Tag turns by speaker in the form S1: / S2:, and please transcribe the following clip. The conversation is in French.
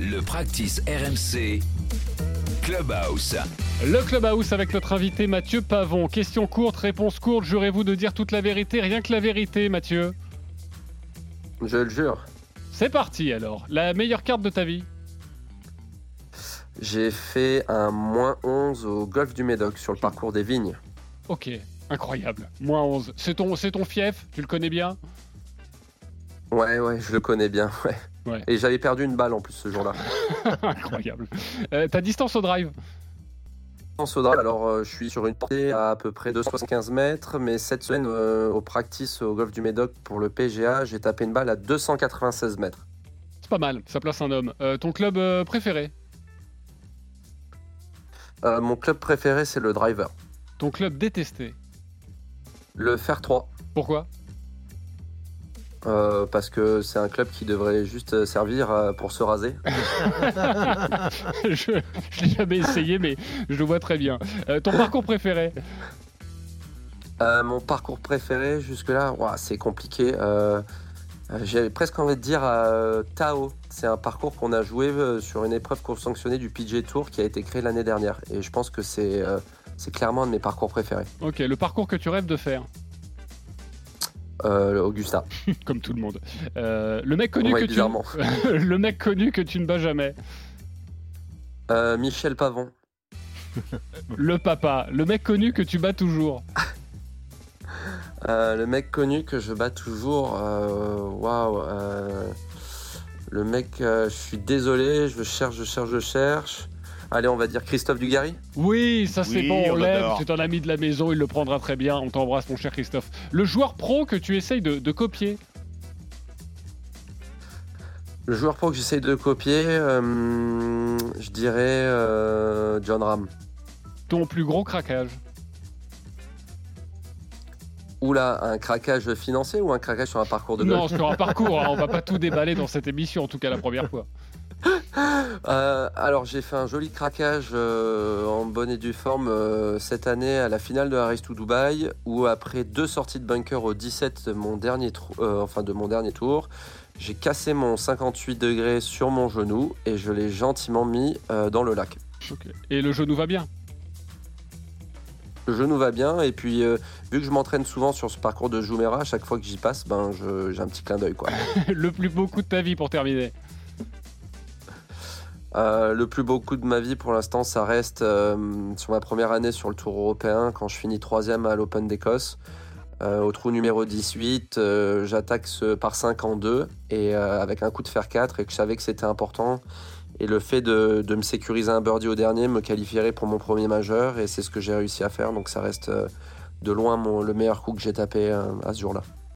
S1: Le practice RMC Clubhouse.
S2: Le Clubhouse avec notre invité Mathieu Pavon. Question courte, réponse courte. Jurez-vous de dire toute la vérité, rien que la vérité, Mathieu
S3: Je le jure.
S2: C'est parti alors. La meilleure carte de ta vie
S3: J'ai fait un moins 11 au golfe du Médoc sur le parcours des vignes.
S2: Ok, incroyable. Moins 11. C'est ton, c'est ton fief Tu le connais bien
S3: Ouais, ouais, je le connais bien. Ouais.
S2: Ouais.
S3: Et j'avais perdu une balle en plus ce jour-là.
S2: Incroyable. Euh, ta distance au drive
S3: En Sodral, alors euh, je suis sur une portée à à peu près 275 mètres, mais cette semaine euh, au practice au golfe du Médoc pour le PGA, j'ai tapé une balle à 296 mètres.
S2: C'est pas mal, ça place un homme. Euh, ton club euh, préféré
S3: Euh, mon club préféré, c'est le driver.
S2: Ton club détesté
S3: Le Fer 3.
S2: Pourquoi
S3: euh, parce que c'est un club qui devrait juste servir euh, pour se raser.
S2: Je je l'ai jamais essayé, mais je le vois très bien. Euh, ton parcours préféré
S3: Euh, mon parcours préféré jusque-là, ouah, c'est compliqué. Euh, euh, J'avais presque envie de dire euh, Tao. C'est un parcours qu'on a joué euh, sur une épreuve course sanctionnée du PJ Tour qui a été créée l'année dernière. Et je pense que c'est euh, c'est clairement un de mes parcours préférés.
S2: Ok, le parcours que tu rêves de faire,
S3: Euh, le Augusta.
S2: comme tout le monde. Euh, le, mec connu
S3: Ouais,
S2: que tu...
S3: bizarrement.
S2: le mec connu que tu ne bats jamais.
S3: Euh, Michel Pavon.
S2: Le papa. Le mec connu que tu bats toujours.
S3: Euh, le mec connu que je bats toujours. euh, Waouh. euh, le mec, euh, je suis désolé, je cherche, je cherche, je cherche. Allez, on va dire Christophe Dugarry.
S2: Oui, ça c'est
S4: Oui,
S2: bon, on
S4: on
S2: l'aime.
S4: adore.
S2: C'est un ami de la maison, il le prendra très bien. On t'embrasse, mon cher Christophe. Le joueur pro que tu essayes de, de copier.
S3: Le joueur pro que j'essaye de copier, euh, je dirais euh, John Ram.
S2: Ton plus gros craquage.
S3: Oula, un craquage financier ou un craquage sur un parcours de
S2: Non,
S3: golf
S2: sur un parcours, hein, on va pas tout déballer dans cette émission, en tout cas la première fois.
S3: Euh, Alors j'ai fait un joli craquage euh, en bonne et due forme euh, cette année à la finale de Harris to Dubai où après deux sorties de bunker au 17 de mon dernier, trou- euh, enfin, de mon dernier tour, j'ai cassé mon 58 degrés sur mon genou et je l'ai gentiment mis euh, dans le lac.
S2: Ok. Et le jeu nous va bien.
S3: Le genou va bien et puis euh, vu que je m'entraîne souvent sur ce parcours de Jumeirah, à chaque fois que j'y passe, ben je- j'ai un petit clin d'œil quoi.
S2: le plus beau coup de ta vie pour terminer.
S3: Euh, le plus beau coup de ma vie pour l'instant, ça reste euh, sur ma première année sur le Tour européen quand je finis troisième à l'Open d'Écosse. Euh, au trou numéro 18, euh, j'attaque ce par 5 en 2 et euh, avec un coup de fer 4 et que je savais que c'était important. Et le fait de, de me sécuriser un birdie au dernier me qualifierait pour mon premier majeur et c'est ce que j'ai réussi à faire. Donc ça reste euh, de loin mon- le meilleur coup que j'ai tapé euh, à ce jour-là.